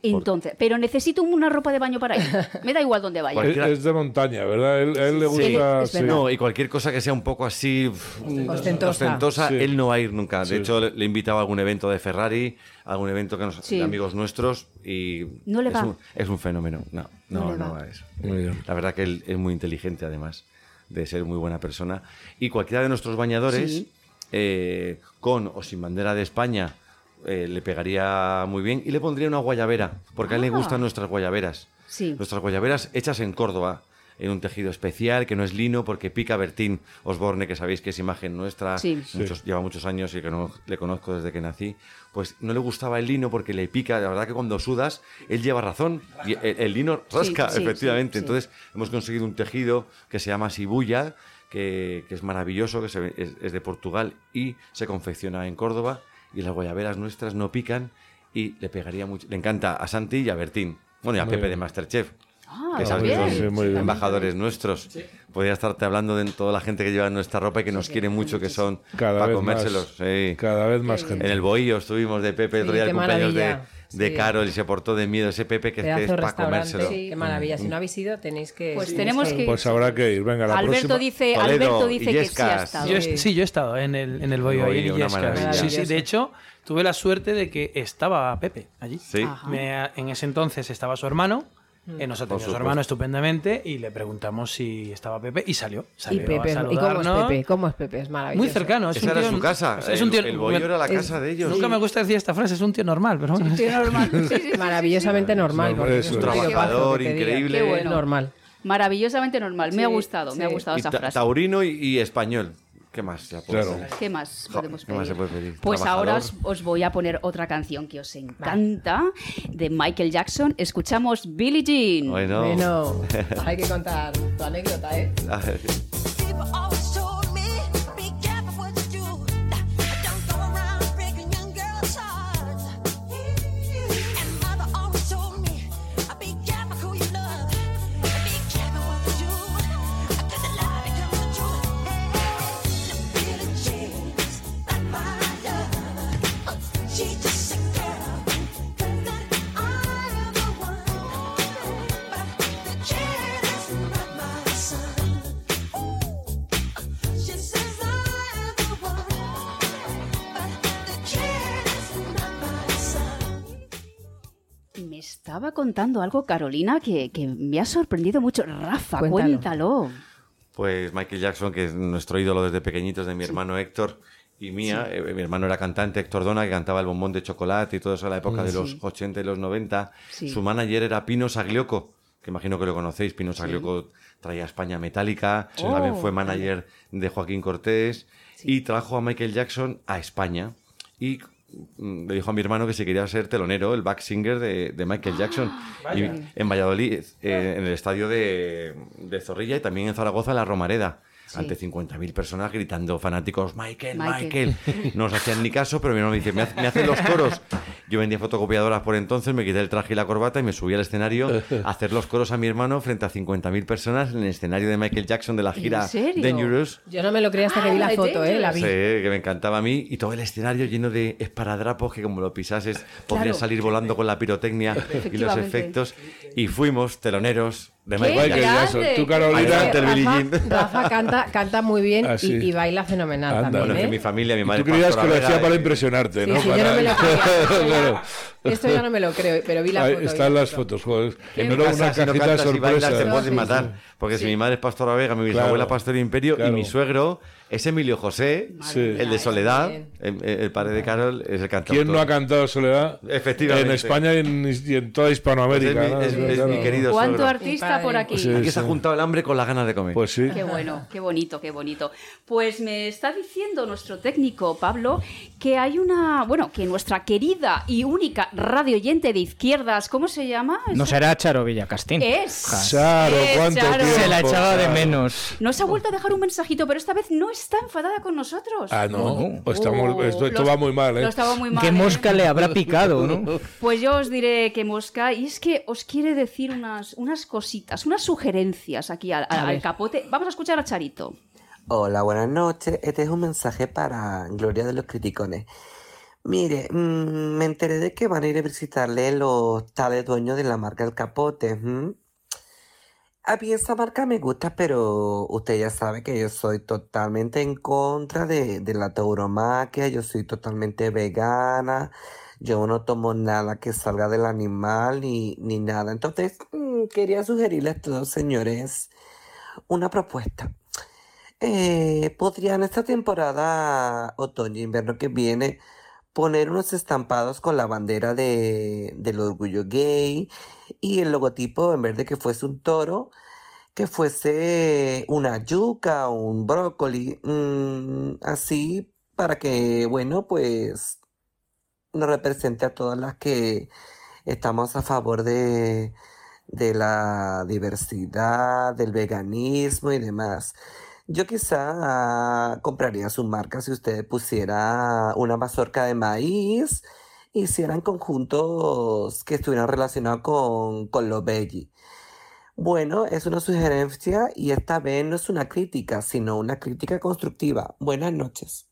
Speaker 1: Entonces, pero necesito una ropa de baño para ir. Me da igual dónde vaya.
Speaker 3: Es,
Speaker 5: Cualquiera-
Speaker 3: es de montaña, ¿verdad? Él- A él, le
Speaker 6: Sí,
Speaker 3: gusta.
Speaker 6: es
Speaker 3: sí.
Speaker 6: verdad.
Speaker 5: No, y cualquier cosa que sea un poco así uf,
Speaker 6: Ostentosa.
Speaker 5: ostentosa,
Speaker 3: Sí.
Speaker 5: él no va a ir nunca. De
Speaker 3: Sí.
Speaker 5: hecho, le, le invitaba a algún evento de Ferrari, a algún evento que nos,
Speaker 1: Sí.
Speaker 5: de amigos nuestros y
Speaker 1: No le
Speaker 5: es,
Speaker 1: va.
Speaker 5: Un, es un fenómeno. No, no,
Speaker 6: No
Speaker 5: no,
Speaker 6: le va.
Speaker 5: va eso.
Speaker 3: Muy bien.
Speaker 5: La verdad que él es muy inteligente, además, de ser muy buena persona. Y cualquiera de nuestros bañadores,
Speaker 1: Sí.
Speaker 5: eh, con o sin bandera de España, eh, le pegaría muy bien y le pondría una guayabera, porque a él le
Speaker 1: Ah.
Speaker 5: gustan nuestras guayaberas.
Speaker 1: Sí.
Speaker 5: Nuestras guayaberas hechas en Córdoba, en un tejido especial que no es lino porque pica Bertín Osborne, que sabéis que es imagen nuestra,
Speaker 1: Sí.
Speaker 5: muchos- lleva muchos años y que no, le conozco desde que nací. Pues no le gustaba el lino porque le pica. La verdad que cuando sudas, él lleva razón. Y el, el lino rasca,
Speaker 1: sí, sí,
Speaker 5: efectivamente.
Speaker 1: sí.
Speaker 5: Entonces hemos conseguido un tejido que se llama sibuya, que, que es maravilloso, que se ve- es, es de Portugal y se confecciona en Córdoba. Y las guayaberas nuestras no pican y le pegaría mucho. Le encanta a Santi y a Bertín. Bueno, y a Pepe de Masterchef.
Speaker 1: Ah,
Speaker 5: que
Speaker 1: muy
Speaker 5: sabéis
Speaker 1: bien.
Speaker 5: que
Speaker 3: Sí,
Speaker 5: son
Speaker 3: muy bien.
Speaker 5: embajadores nuestros. Podría estarte hablando de toda la gente que lleva nuestra ropa y que nos quiere mucho, que son
Speaker 3: Cada
Speaker 5: para
Speaker 3: vez
Speaker 5: comérselos.
Speaker 3: más.
Speaker 5: sí.
Speaker 3: Cada vez más
Speaker 5: En
Speaker 3: gente.
Speaker 5: el Bohío estuvimos de Pepe el otro
Speaker 6: Sí,
Speaker 5: día, el
Speaker 6: qué
Speaker 5: cumpleaños de,
Speaker 6: maravilla.
Speaker 5: de
Speaker 6: Sí.
Speaker 5: Carol y se portó de miedo ese Pepe que es que es
Speaker 6: Pedazo de
Speaker 5: para
Speaker 6: restaurante.
Speaker 5: comérselo.
Speaker 6: Sí, qué maravilla. Si no habéis ido, tenéis que.
Speaker 1: Pues
Speaker 6: tenéis
Speaker 1: tenemos que-
Speaker 3: Pues habrá que ir. Venga, la
Speaker 1: Alberto
Speaker 3: próxima.
Speaker 1: dice,
Speaker 5: Toledo,
Speaker 1: Alberto dice que sí ha
Speaker 5: Illescas.
Speaker 1: estado.
Speaker 4: Yo he- sí, yo he estado en el, en el Boyo
Speaker 5: Boyo,
Speaker 4: ahí en
Speaker 5: una
Speaker 4: Illescas.
Speaker 5: maravilla.
Speaker 4: Sí, sí, de hecho, tuve la suerte de que estaba Pepe allí.
Speaker 5: Sí.
Speaker 1: Ajá.
Speaker 4: Me- en ese entonces estaba su hermano.
Speaker 6: Mm.
Speaker 4: eh, nos atendió su
Speaker 5: supuesto.
Speaker 4: hermano estupendamente y le preguntamos si estaba Pepe y salió.
Speaker 6: Y
Speaker 4: salió a
Speaker 6: Pepe, ¿y cómo es
Speaker 4: saludarnos.
Speaker 6: Pepe? ¿Cómo es Pepe? Es maravilloso.
Speaker 4: Muy cercano. Es
Speaker 5: Esa
Speaker 4: un
Speaker 5: era
Speaker 4: tío-
Speaker 5: su casa.
Speaker 4: Es
Speaker 5: el,
Speaker 4: un tío,
Speaker 5: el Bohío era la
Speaker 6: es-
Speaker 5: casa de ellos.
Speaker 4: Nunca me gusta decir esta frase, es un tío normal, pero bueno.
Speaker 1: Sí, normal. Sí, sí, sí, sí, sí.
Speaker 6: Maravillosamente normal.
Speaker 3: Eso,
Speaker 6: porque
Speaker 3: eso.
Speaker 6: tío
Speaker 5: Trabajador,
Speaker 6: que te diga.
Speaker 5: increíble.
Speaker 1: Qué bueno.
Speaker 6: Normal.
Speaker 1: Maravillosamente normal. me ha
Speaker 6: Sí,
Speaker 1: gustado, me ha
Speaker 6: sí.
Speaker 1: gustado
Speaker 5: Y
Speaker 1: esa
Speaker 5: ta-
Speaker 1: frase.
Speaker 5: taurino y, y español. ¿Qué más? se ha puesto?
Speaker 3: Claro.
Speaker 1: ¿Qué más
Speaker 5: Jo,
Speaker 1: podemos
Speaker 5: ¿qué
Speaker 1: pedir?
Speaker 5: más se puede pedir?
Speaker 1: Pues
Speaker 5: Trabajador.
Speaker 1: ahora os, os voy a poner otra canción que os encanta de Michael Jackson. Escuchamos Billie Jean.
Speaker 5: Bueno.
Speaker 6: Bueno, hay que contar tu anécdota, ¿eh?
Speaker 8: People always told me, be careful what you do. Don't go around breaking young girls' hearts. And mother always told me, be careful who you love. Be careful what you do. 'Cause the lie becomes the truth. The Billie Jean's not my love. She's just a girl. 'Cause that I am the one. But the kid is not my son. She says I am the one, but the kid is not my son.
Speaker 1: Me estaba contando algo, Carolina, que, que me ha sorprendido mucho. Rafa, cuéntalo.
Speaker 6: Cuéntalo.
Speaker 5: Pues Michael Jackson, que es nuestro ídolo desde pequeñitos, de mi hermano Héctor y mía. Eh, mi hermano era cantante, Héctor Dona, que cantaba el bombón de chocolate y todo eso en la
Speaker 4: Mm,
Speaker 5: época de los 80 y los 90.
Speaker 1: Sí.
Speaker 5: Su manager era Pino Saglioco, que imagino que lo conocéis. Pino Saglioco traía a España Metálica,
Speaker 4: Oh.
Speaker 5: también fue manager de Joaquín Cortés y trajo a Michael Jackson a España. Y mm, le dijo a mi hermano que si quería ser telonero, el back singer de, de Michael Jackson. Y en Valladolid, eh, en el estadio de, de Zorrilla y también en Zaragoza, en la Romareda. Ante 50.000 personas gritando fanáticos, Michael, Michael.
Speaker 1: Michael.
Speaker 5: No nos hacían ni caso, pero mi hermano me dice, me, hace- me hacen los coros. Yo vendía fotocopiadoras por entonces, me quité el traje y la corbata y me subí al escenario a hacer los coros a mi hermano frente a 50.000 personas en el escenario de Michael Jackson de la gira
Speaker 1: serio?
Speaker 5: Dangerous.
Speaker 6: Yo no me lo creía hasta que vi
Speaker 1: Ah,
Speaker 6: la
Speaker 1: la
Speaker 6: foto, ¿eh? La vi.
Speaker 5: Sí, que me encantaba a mí y todo el escenario lleno de esparadrapos que como lo pisases podrían salir volando con la pirotecnia y los
Speaker 1: Efectivamente.
Speaker 5: efectos y fuimos teloneros de
Speaker 1: ¡Qué
Speaker 5: Michael
Speaker 3: Michael Jackson.
Speaker 5: Jackson.
Speaker 1: grande!
Speaker 3: Tú, Carolina.
Speaker 5: Adelante, el Billie
Speaker 6: Rafa,
Speaker 5: Jean.
Speaker 6: Rafa canta, canta muy bien
Speaker 3: Ah,
Speaker 6: y-
Speaker 3: sí.
Speaker 6: y, baila fenomenal
Speaker 3: Anda,
Speaker 5: Bueno,
Speaker 6: también,
Speaker 5: es
Speaker 6: ¿eh?
Speaker 5: que mi familia, mi
Speaker 3: Y
Speaker 5: madre
Speaker 3: tú creías
Speaker 5: Pastora
Speaker 3: que lo decía
Speaker 5: Vega,
Speaker 3: para
Speaker 5: eh,
Speaker 3: impresionarte,
Speaker 6: Sí,
Speaker 3: ¿no?
Speaker 6: sí, yo no me lo
Speaker 3: Para-
Speaker 6: creía.
Speaker 3: Claro.
Speaker 6: Esto ya no me lo creo, pero vi la
Speaker 3: Ahí
Speaker 6: foto. vi la
Speaker 3: están las
Speaker 6: foto.
Speaker 3: fotos, joder.
Speaker 5: En
Speaker 3: no
Speaker 5: mi
Speaker 3: era
Speaker 5: casa,
Speaker 3: una
Speaker 5: si
Speaker 3: cajita
Speaker 5: no cantas y bailas,
Speaker 3: sorpresa.
Speaker 5: te puedes
Speaker 6: Sí,
Speaker 5: matar. Porque si mi madre es Pastora Vega, mi bisabuela
Speaker 3: Claro.
Speaker 5: Pastor Imperio
Speaker 3: Claro.
Speaker 5: y mi suegro es Emilio José,
Speaker 3: Sí.
Speaker 5: el de Soledad, el, el padre de Carol, es el cantante.
Speaker 3: ¿Quién no ha cantado Soledad?
Speaker 5: Efectivamente. Pues
Speaker 3: En España y en, y en toda Hispanoamérica. ¿no?
Speaker 5: Es mi- es- es mi
Speaker 3: Claro.
Speaker 5: querido
Speaker 1: ¿Cuánto
Speaker 5: suegro.
Speaker 1: artista
Speaker 6: Padre.
Speaker 1: por aquí?
Speaker 3: Sí.
Speaker 5: Aquí se ha juntado el hambre con las ganas de comer.
Speaker 3: Pues sí.
Speaker 1: Qué bueno, qué bonito, qué bonito. Pues me está diciendo nuestro técnico Pablo que hay una, bueno, que nuestra querida y única radio oyente de izquierdas, ¿cómo se llama?
Speaker 2: No será Charo Villacastín.
Speaker 1: Es.
Speaker 3: Charo,
Speaker 1: Es
Speaker 3: ¿cuánto
Speaker 1: Charo.
Speaker 3: tiempo?
Speaker 2: Se la echaba de
Speaker 3: Charo.
Speaker 2: menos.
Speaker 1: Nos
Speaker 3: Oh.
Speaker 1: ha vuelto a dejar un mensajito, pero esta vez no está enfadada con nosotros.
Speaker 3: Ah, no.
Speaker 2: No.
Speaker 3: O estamos-
Speaker 1: Oh,
Speaker 3: esto, esto
Speaker 1: lo-
Speaker 3: va muy mal, ¿eh?
Speaker 1: Lo estaba muy mal.
Speaker 2: ¿Qué
Speaker 1: ¿eh?
Speaker 2: mosca le habrá picado, no?
Speaker 1: Pues yo os diré que mosca, y es que os quiere decir unas, unas cositas, unas sugerencias aquí al, al- al capote. Vamos a escuchar a Charito.
Speaker 9: Hola, buenas noches. Este es un mensaje para Gloria de los Criticones. Mire, mm, me enteré de que van a ir a visitarle los tales dueños de la marca El Capote. ¿m? A mí esa marca me gusta, pero usted ya sabe que yo soy totalmente en contra de, de la tauromaquia, yo soy totalmente vegana, yo no tomo nada que salga del animal ni, ni nada. Entonces, mm, quería sugerirle a estos dos señores una propuesta. Eh, podrían esta temporada otoño-invierno que viene poner unos estampados con la bandera de, del orgullo gay y el logotipo, en vez de que fuese un toro, que fuese una yuca o un brócoli, mm, así para que, bueno, pues nos represente a todas las que estamos a favor de, de la diversidad, del veganismo y demás. Yo quizá compraría su marca si usted pusiera una mazorca de maíz, hicieran conjuntos que estuvieran relacionados con, con lo veggie. Bueno, es una sugerencia y esta vez no es una crítica, sino una crítica constructiva. Buenas noches.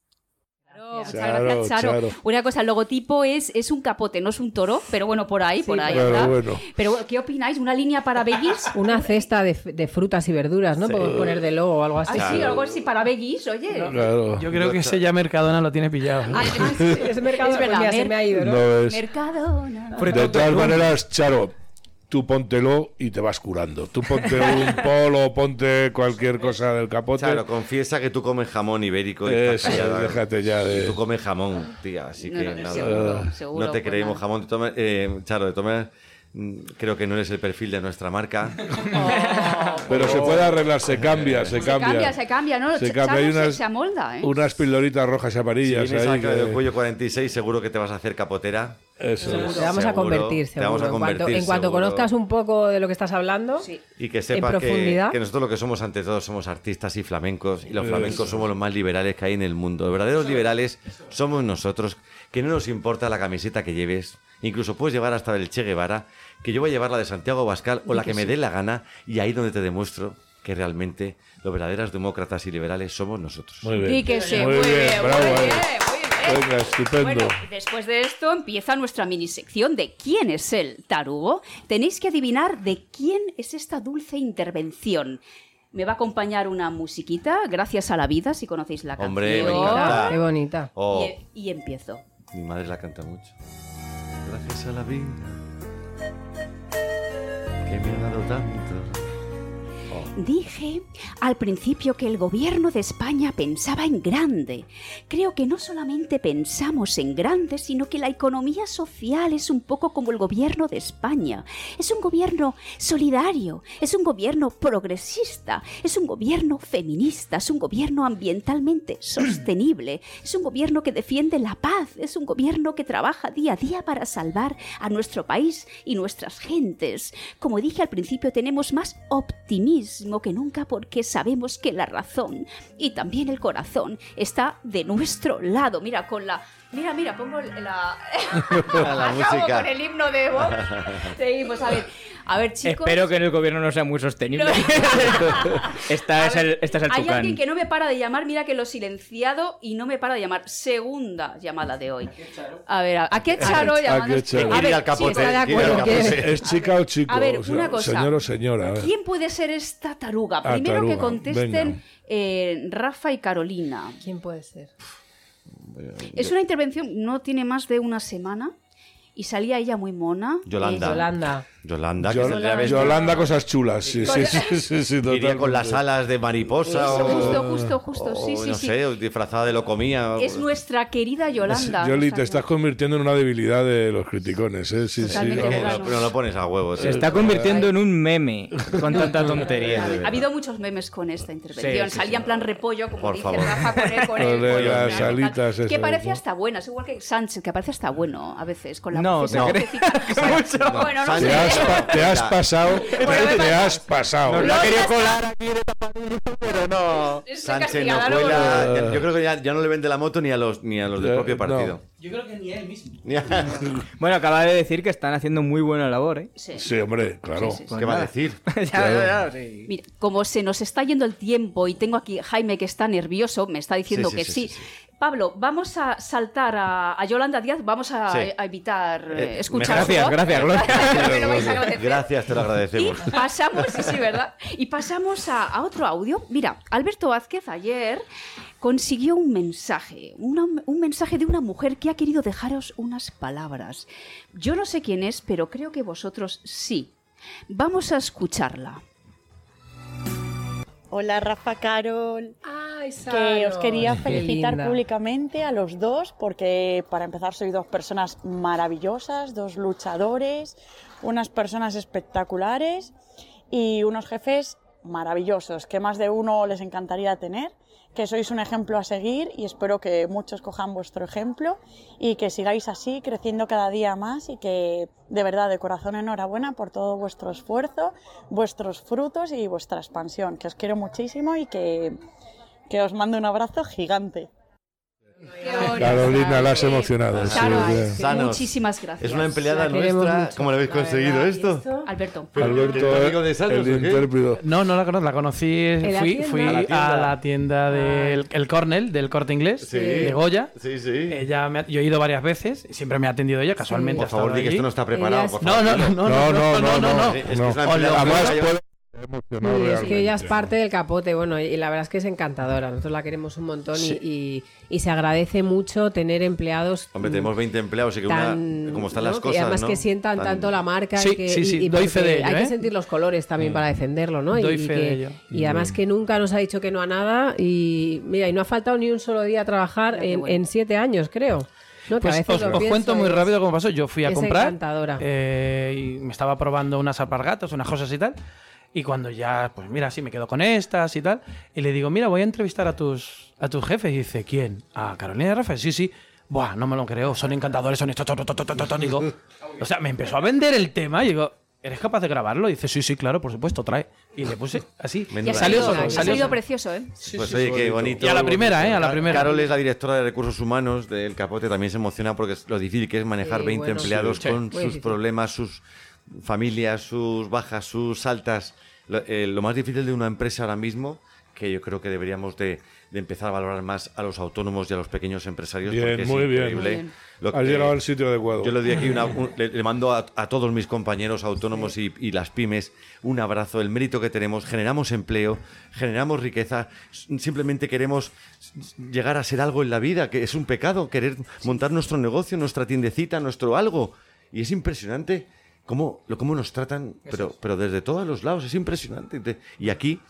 Speaker 1: Claro, muchas
Speaker 3: Charo,
Speaker 1: gracias, Charo.
Speaker 3: Charo.
Speaker 1: Una cosa, el logotipo es, es un capote, no es un toro, pero bueno, por ahí, por ahí.
Speaker 3: claro,
Speaker 1: ¿verdad?
Speaker 3: bueno.
Speaker 1: Pero, ¿qué opináis? ¿Una línea para veggies?
Speaker 6: Una cesta de, f- de frutas y verduras, ¿no? Podemos poner de logo o algo así.
Speaker 1: Así,
Speaker 5: Claro.
Speaker 1: Ah, algo así para veggies, oye.
Speaker 3: Claro.
Speaker 4: Yo creo que ese ya Mercadona lo tiene pillado. ¿eh?
Speaker 1: Ah, ah, sí,
Speaker 6: Ese mercado pues
Speaker 1: es verdad,
Speaker 6: mira, se me ha ido, ¿no?
Speaker 3: No es.
Speaker 1: Mercadona.
Speaker 3: De todas maneras, Charo, tú póntelo y te vas curando. Tú ponte un polo, ponte cualquier cosa del capote.
Speaker 5: Claro, confiesa que tú comes jamón ibérico. y
Speaker 3: Eso,
Speaker 5: estás callada.
Speaker 3: Eh, déjate ya de- Ah.
Speaker 5: Tú comes jamón, tía, así
Speaker 1: No,
Speaker 5: que
Speaker 1: no, no,
Speaker 5: nada.
Speaker 1: seguro,
Speaker 5: No
Speaker 1: seguro,
Speaker 5: te
Speaker 1: pues
Speaker 5: creemos
Speaker 1: nada.
Speaker 5: jamón. De todas maneras, eh, Charo, de todas maneras, mm, creo que no eres el perfil de nuestra marca.
Speaker 3: Pero se puede arreglar, se cambia, se,
Speaker 1: Se
Speaker 3: cambia.
Speaker 1: cambia, se cambia, ¿no?
Speaker 3: Se
Speaker 1: Ch-
Speaker 3: cambia,
Speaker 1: Charo
Speaker 3: hay
Speaker 1: se-
Speaker 3: unas-
Speaker 1: se amolda, ¿eh?
Speaker 3: Unas pildoritas rojas y
Speaker 5: Si
Speaker 3: amarillas.
Speaker 5: vienes
Speaker 3: ahí
Speaker 5: a Cabello
Speaker 3: que-
Speaker 5: Cuello 46, seguro que te vas a hacer capotera.
Speaker 3: Eso es.
Speaker 6: Te vamos a
Speaker 5: Seguro,
Speaker 6: convertir,
Speaker 5: te vamos
Speaker 6: seguro.
Speaker 5: a
Speaker 6: En cuanto-
Speaker 5: convertir,
Speaker 6: en cuanto
Speaker 5: seguro.
Speaker 6: conozcas un poco de lo que estás hablando,
Speaker 1: Sí.
Speaker 5: Y que sepas que,
Speaker 6: profundidad.
Speaker 5: que nosotros lo que somos ante todo somos artistas y flamencos y los flamencos somos los más liberales que hay en el mundo. Los verdaderos liberales somos nosotros, que no nos importa la camiseta que lleves. Incluso puedes llevar hasta el Che Guevara, que yo voy a llevar la de Santiago Bascal o la que me dé la gana y ahí donde te demuestro que realmente los verdaderos demócratas y liberales somos nosotros.
Speaker 3: Muy bien.
Speaker 1: Y que se
Speaker 3: Muy
Speaker 1: muy
Speaker 3: bien,
Speaker 1: bien,
Speaker 3: bravo, eh.
Speaker 1: muy
Speaker 3: Ale.
Speaker 1: bien, muy bien.
Speaker 3: Venga, estupendo.
Speaker 1: Bueno, después de esto empieza nuestra minisección de quién es el tarugo. Tenéis que adivinar de quién es esta dulce intervención. Me va a acompañar una musiquita, gracias a la vida, si conocéis la
Speaker 5: Hombre, me
Speaker 1: canción.
Speaker 5: encanta.
Speaker 6: qué bonita.
Speaker 5: Oh.
Speaker 1: Y, y empiezo.
Speaker 5: Mi madre la canta mucho. Gracias a la vida que me ha dado tanto.
Speaker 1: Dije al principio que el gobierno de España pensaba en grande. Creo que no solamente pensamos en grande, sino que la economía social es un poco como el gobierno de España. Es un gobierno solidario, es un gobierno progresista, es un gobierno feminista, es un gobierno ambientalmente sostenible, es un gobierno que defiende la paz, es un gobierno que trabaja día a día para salvar a nuestro país y nuestras gentes. Como dije al principio, tenemos más optimismo que nunca porque sabemos que la razón y también el corazón está de nuestro lado. Mira, con la... Mira, mira, pongo la...
Speaker 5: La
Speaker 1: Acabo
Speaker 5: música.
Speaker 1: con el himno de Vox. Seguimos, a ver. A ver, chicos.
Speaker 2: Espero que en el gobierno no sea muy sostenible.
Speaker 1: A
Speaker 2: esta, Este es
Speaker 1: ver,
Speaker 2: el, esta es el
Speaker 1: Hay
Speaker 2: tucán.
Speaker 1: alguien que no me para de llamar, mira que lo he silenciado y no me para de llamar. Segunda llamada de hoy. A ver, ¿a, a qué charo
Speaker 3: qué
Speaker 1: llamando?
Speaker 3: Charo.
Speaker 1: A
Speaker 5: Quiere ir
Speaker 1: ver,
Speaker 5: al capote,
Speaker 1: sí, está de
Speaker 5: quiere ir al
Speaker 1: acuerdo.
Speaker 5: capote.
Speaker 3: ¿Es chica o chico?
Speaker 1: A ver,
Speaker 3: O sea,
Speaker 1: una cosa.
Speaker 3: Señor o señora. a ver.
Speaker 1: ¿Quién puede ser esta taruga?
Speaker 3: Ah,
Speaker 1: Primero que
Speaker 3: taruga, venga.
Speaker 1: contesten eh, Rafa y Carolina.
Speaker 6: ¿Quién puede ser?
Speaker 1: Es una intervención, no tiene más de una semana y salía ella muy mona.
Speaker 5: Yolanda.
Speaker 1: Eh,
Speaker 6: Holanda.
Speaker 5: Yolanda, que
Speaker 3: Yol-
Speaker 5: saldría vestido-
Speaker 3: Yolanda, cosas chulas. Sí, sí, sí, sí, sí, sí,
Speaker 5: Iría con las
Speaker 3: totalmente.
Speaker 5: alas de mariposa o,
Speaker 1: Eh, Justo, justo, justo. Sí,
Speaker 5: o
Speaker 1: sí,
Speaker 5: Oh, no
Speaker 1: sí.
Speaker 5: sé, o disfrazada de locomía. o-
Speaker 1: Es nuestra querida Yolanda.
Speaker 3: Yoli, te
Speaker 1: Exacto.
Speaker 3: estás convirtiendo en una debilidad de los criticones. ¿eh? Sí, sí,
Speaker 5: Es que
Speaker 1: Totalmente,
Speaker 3: vamos.
Speaker 1: claro.
Speaker 5: no, no lo pones a huevo. Eh,
Speaker 2: Se
Speaker 5: tío.
Speaker 2: está convirtiendo en un meme con tanta tontería.
Speaker 1: Ha habido muchos memes con esta intervención.
Speaker 2: Sí, sí,
Speaker 1: Salía en plan repollo, como
Speaker 5: Por
Speaker 1: dice
Speaker 5: favor.
Speaker 1: Rafa, con el, con el
Speaker 3: Con
Speaker 1: pollo,
Speaker 3: las
Speaker 1: claro, tal.
Speaker 3: alitas
Speaker 1: Que
Speaker 3: esas,
Speaker 1: parece
Speaker 3: ¿no?
Speaker 1: hasta bueno, es igual que Sánchez, que parece hasta bueno a veces, con la
Speaker 2: No,
Speaker 1: vocecita-
Speaker 2: no.
Speaker 1: vocecita- Bueno, no
Speaker 5: Sánchez.
Speaker 3: Te has,
Speaker 1: sé.
Speaker 3: pa- te has pasado.
Speaker 1: me
Speaker 3: Te
Speaker 1: pasa.
Speaker 3: has pasado.
Speaker 2: Nos
Speaker 1: No,
Speaker 2: la ha querido
Speaker 1: ya
Speaker 2: colar aquí de tapadillo, pero no.
Speaker 1: Estoy
Speaker 5: Sánchez no
Speaker 1: castigada, ¿no?
Speaker 5: cuela. ya- Yo creo que ya, ya no le vende la moto ni a los ni a los del
Speaker 3: Eh,
Speaker 5: propio
Speaker 3: no.
Speaker 5: partido.
Speaker 4: Yo creo que ni él mismo.
Speaker 2: Bueno, acaba de decir que están haciendo muy buena labor, ¿eh?
Speaker 1: Sí.
Speaker 3: Sí, hombre, claro.
Speaker 1: Sí, sí,
Speaker 5: ¿Qué va a decir?
Speaker 2: Ya, ya, sí.
Speaker 1: Mira, como se nos está yendo el tiempo y tengo aquí Jaime que está nervioso, me está diciendo
Speaker 5: Sí, sí,
Speaker 1: que sí.
Speaker 5: sí, sí,
Speaker 1: Pablo, vamos a saltar a, a Yolanda Díaz, vamos a,
Speaker 5: Sí.
Speaker 1: a evitar eh,
Speaker 5: Eh,
Speaker 1: escuchar. su
Speaker 2: Gracias,
Speaker 1: voz.
Speaker 2: gracias, Gloria.
Speaker 1: Me lo vais a agradecer.
Speaker 5: Gracias, te lo
Speaker 1: Y
Speaker 5: agradecemos.
Speaker 1: pasamos, sí, sí, ¿verdad? Y pasamos a, a otro audio. Mira, Alberto Vázquez ayer consiguió un mensaje, una- un mensaje de una mujer que ha querido dejaros unas palabras. Yo no sé quién es, pero creo que vosotros sí. Vamos a escucharla.
Speaker 10: Hola Rafa Carol,
Speaker 6: Ay,
Speaker 10: que os
Speaker 6: Saros,
Speaker 10: quería
Speaker 6: qué
Speaker 10: felicitar
Speaker 6: linda.
Speaker 10: públicamente a los dos porque para empezar sois dos personas maravillosas, dos luchadores, unas personas espectaculares y unos jefes maravillosos que más de uno les encantaría tener, que sois un ejemplo a seguir y espero que muchos cojan vuestro ejemplo y que sigáis así creciendo cada día más y que de verdad de corazón enhorabuena por todo vuestro esfuerzo, vuestros frutos y vuestra expansión, que os quiero muchísimo y que, que os mando un abrazo gigante.
Speaker 3: Carolina, la has emocionado. Ah, sí,
Speaker 1: Saros,
Speaker 3: bien.
Speaker 5: Sanos.
Speaker 1: muchísimas gracias.
Speaker 5: Es una empleada
Speaker 6: La queremos
Speaker 5: nuestra.
Speaker 6: mucho.
Speaker 5: ¿Cómo lo habéis
Speaker 6: La
Speaker 5: conseguido
Speaker 6: verdad, ¿y
Speaker 5: esto?
Speaker 6: esto?
Speaker 1: Alberto.
Speaker 3: Alberto, eh,
Speaker 5: ¿El amigo de Saros, o
Speaker 3: el
Speaker 5: qué?
Speaker 3: intérprete.
Speaker 4: No, no la conocí, la conocí,
Speaker 6: la
Speaker 4: fui,
Speaker 6: tienda?
Speaker 4: fui
Speaker 5: A
Speaker 4: a
Speaker 5: la
Speaker 4: la
Speaker 5: tienda.
Speaker 4: tienda, del el Cornell, del Corte Inglés,
Speaker 5: Sí.
Speaker 4: de Goya.
Speaker 5: Sí, sí.
Speaker 4: Ella me ha- yo he ido varias veces, y siempre me ha atendido ella, casualmente.
Speaker 5: Por
Speaker 4: ha
Speaker 5: favor,
Speaker 4: estado
Speaker 5: di que
Speaker 4: allí.
Speaker 5: esto no está preparado.
Speaker 6: Ella
Speaker 5: por
Speaker 4: No,
Speaker 5: favor.
Speaker 4: no, no, no, no, no, no, no.
Speaker 5: Es que es una
Speaker 3: no.
Speaker 5: empleada
Speaker 3: Además,
Speaker 5: nuestra.
Speaker 3: puede emocionar
Speaker 6: Sí, es que
Speaker 3: realmente.
Speaker 6: ella es parte del capote, bueno, y la verdad es que es encantadora. Nosotros la queremos un montón y- y, y se agradece mucho tener empleados.
Speaker 5: Hombre,
Speaker 6: mm,
Speaker 5: tenemos 20 empleados y que una,
Speaker 6: tan,
Speaker 5: como están
Speaker 6: ¿no?
Speaker 5: las
Speaker 6: Y
Speaker 5: cosas,
Speaker 6: además
Speaker 5: ¿no?
Speaker 6: que sientan
Speaker 5: Tan-
Speaker 6: tanto la marca
Speaker 4: Sí,
Speaker 6: y que
Speaker 4: sí, sí,
Speaker 6: y- y
Speaker 4: doy fe
Speaker 6: porque
Speaker 4: de ello,
Speaker 6: hay
Speaker 4: ¿eh? Mm.
Speaker 6: que sentir los colores también para defenderlo, ¿no? Y-
Speaker 4: Doy
Speaker 6: y,
Speaker 4: fe
Speaker 6: que-
Speaker 4: de ello. Mm.
Speaker 6: y además que nunca nos ha dicho que no a nada y mira, y no ha faltado ni un solo día a trabajar
Speaker 1: Ya, qué
Speaker 6: en,
Speaker 1: bueno.
Speaker 6: en siete años, creo. ¿no? Que a
Speaker 4: Pues
Speaker 6: veces
Speaker 4: os,
Speaker 6: lo
Speaker 4: os
Speaker 6: pienso
Speaker 4: cuento
Speaker 6: y
Speaker 4: muy
Speaker 6: es-
Speaker 4: rápido cómo pasó. Yo fui a
Speaker 6: es
Speaker 4: comprar
Speaker 6: encantadora.
Speaker 4: eh, y me estaba probando unas alpargatas, unas cosas y tal. Y cuando ya, pues mira, sí, me quedo con estas y tal. Y le digo, mira, voy a entrevistar a tus, a tus jefes. Y dice, ¿quién? ¿A Carolina y Rafa? Sí, sí. Buah, no me lo creo. Son encantadores, son estos. to, to, to, to, to, to". Digo, o sea, me empezó a vender el tema. Y digo, ¿eres capaz de grabarlo? Y dice, sí, sí, claro, por supuesto, trae. Y le puse así.
Speaker 1: Y ha
Speaker 5: Menuda
Speaker 1: salido,
Speaker 4: salió
Speaker 5: idea.
Speaker 4: solo,
Speaker 1: ha
Speaker 4: salió
Speaker 1: salido
Speaker 4: solo.
Speaker 1: precioso, ¿eh?
Speaker 5: Pues oye, qué bonito.
Speaker 4: Y a la primera, ¿eh? A la primera.
Speaker 5: Carol es la directora de recursos humanos del Capote, también se emociona porque es lo difícil que es manejar
Speaker 6: Sí,
Speaker 5: 20
Speaker 6: bueno,
Speaker 5: empleados
Speaker 6: sí, sí.
Speaker 5: con
Speaker 6: Muy
Speaker 5: sus
Speaker 6: difícil.
Speaker 5: problemas, sus familias, sus bajas, sus altas. Lo, eh, lo más difícil de una empresa ahora mismo, que yo creo que deberíamos de, de empezar a valorar más a los autónomos y a los pequeños empresarios.
Speaker 3: Bien,
Speaker 5: porque es
Speaker 3: muy bien.
Speaker 5: increíble
Speaker 1: Muy bien.
Speaker 5: lo
Speaker 3: Has
Speaker 5: que-
Speaker 3: llegado al sitio adecuado.
Speaker 5: yo lo di aquí, una- un- le, le mando a, a todos mis compañeros autónomos y, y las pymes un abrazo, el mérito que tenemos, generamos empleo, generamos riqueza, s- simplemente queremos s- llegar a ser algo en la vida, que es un pecado, querer montar nuestro negocio, nuestra tiendecita, nuestro algo. Y es impresionante cómo, lo, cómo nos tratan, pero, pero desde todos los lados, es impresionante. Te- Y aquí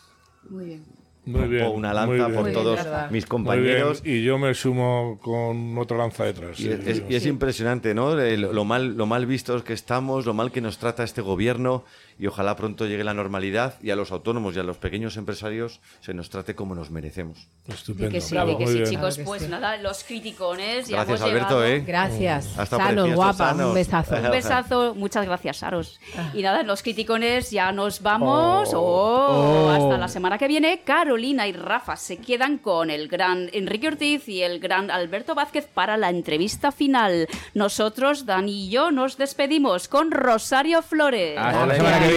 Speaker 1: Muy bien.
Speaker 3: Muy bien.
Speaker 5: pongo una
Speaker 3: muy
Speaker 5: lanza
Speaker 3: bien.
Speaker 5: por
Speaker 6: Muy bien,
Speaker 5: todos
Speaker 6: verdad.
Speaker 5: mis
Speaker 3: Muy bien,
Speaker 5: compañeros
Speaker 3: Y yo me sumo con otra lanza detrás.
Speaker 5: Y
Speaker 3: Pues sí,
Speaker 5: es, es-
Speaker 3: sí.
Speaker 5: y es impresionante, ¿no? Eh, Lo, lo mal, lo mal vistos que estamos, lo mal que nos trata este gobierno y ojalá pronto llegue la normalidad y a los autónomos y a los pequeños empresarios se nos trate como nos merecemos.
Speaker 1: Di
Speaker 3: Estupendo.
Speaker 1: que sí,
Speaker 3: Bravo,
Speaker 1: di que
Speaker 3: muy
Speaker 1: sí,
Speaker 3: bien.
Speaker 1: chicos.
Speaker 6: Claro que
Speaker 1: pues
Speaker 6: sí.
Speaker 1: nada, los criticones. ya
Speaker 5: Gracias,
Speaker 1: hemos
Speaker 5: Alberto,
Speaker 1: llegado.
Speaker 5: ¿eh?
Speaker 6: Gracias.
Speaker 5: Hasta
Speaker 6: Sanos,
Speaker 5: precioso,
Speaker 6: guapa,
Speaker 5: sanos.
Speaker 6: un besazo.
Speaker 1: Un besazo, muchas gracias, Saros. Y nada, los criticones ya nos vamos.
Speaker 2: Ah. Oh.
Speaker 1: Oh,
Speaker 2: Oh.
Speaker 1: Hasta la semana que viene, Carolina y Rafa se quedan con el gran Enrique Ortiz y el gran Alberto Vázquez para la entrevista final. Nosotros, Dani y yo, nos despedimos
Speaker 5: Ah,
Speaker 1: con Rosario Flores.
Speaker 2: Hasta la semana que viene.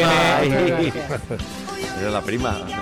Speaker 5: Era la prima.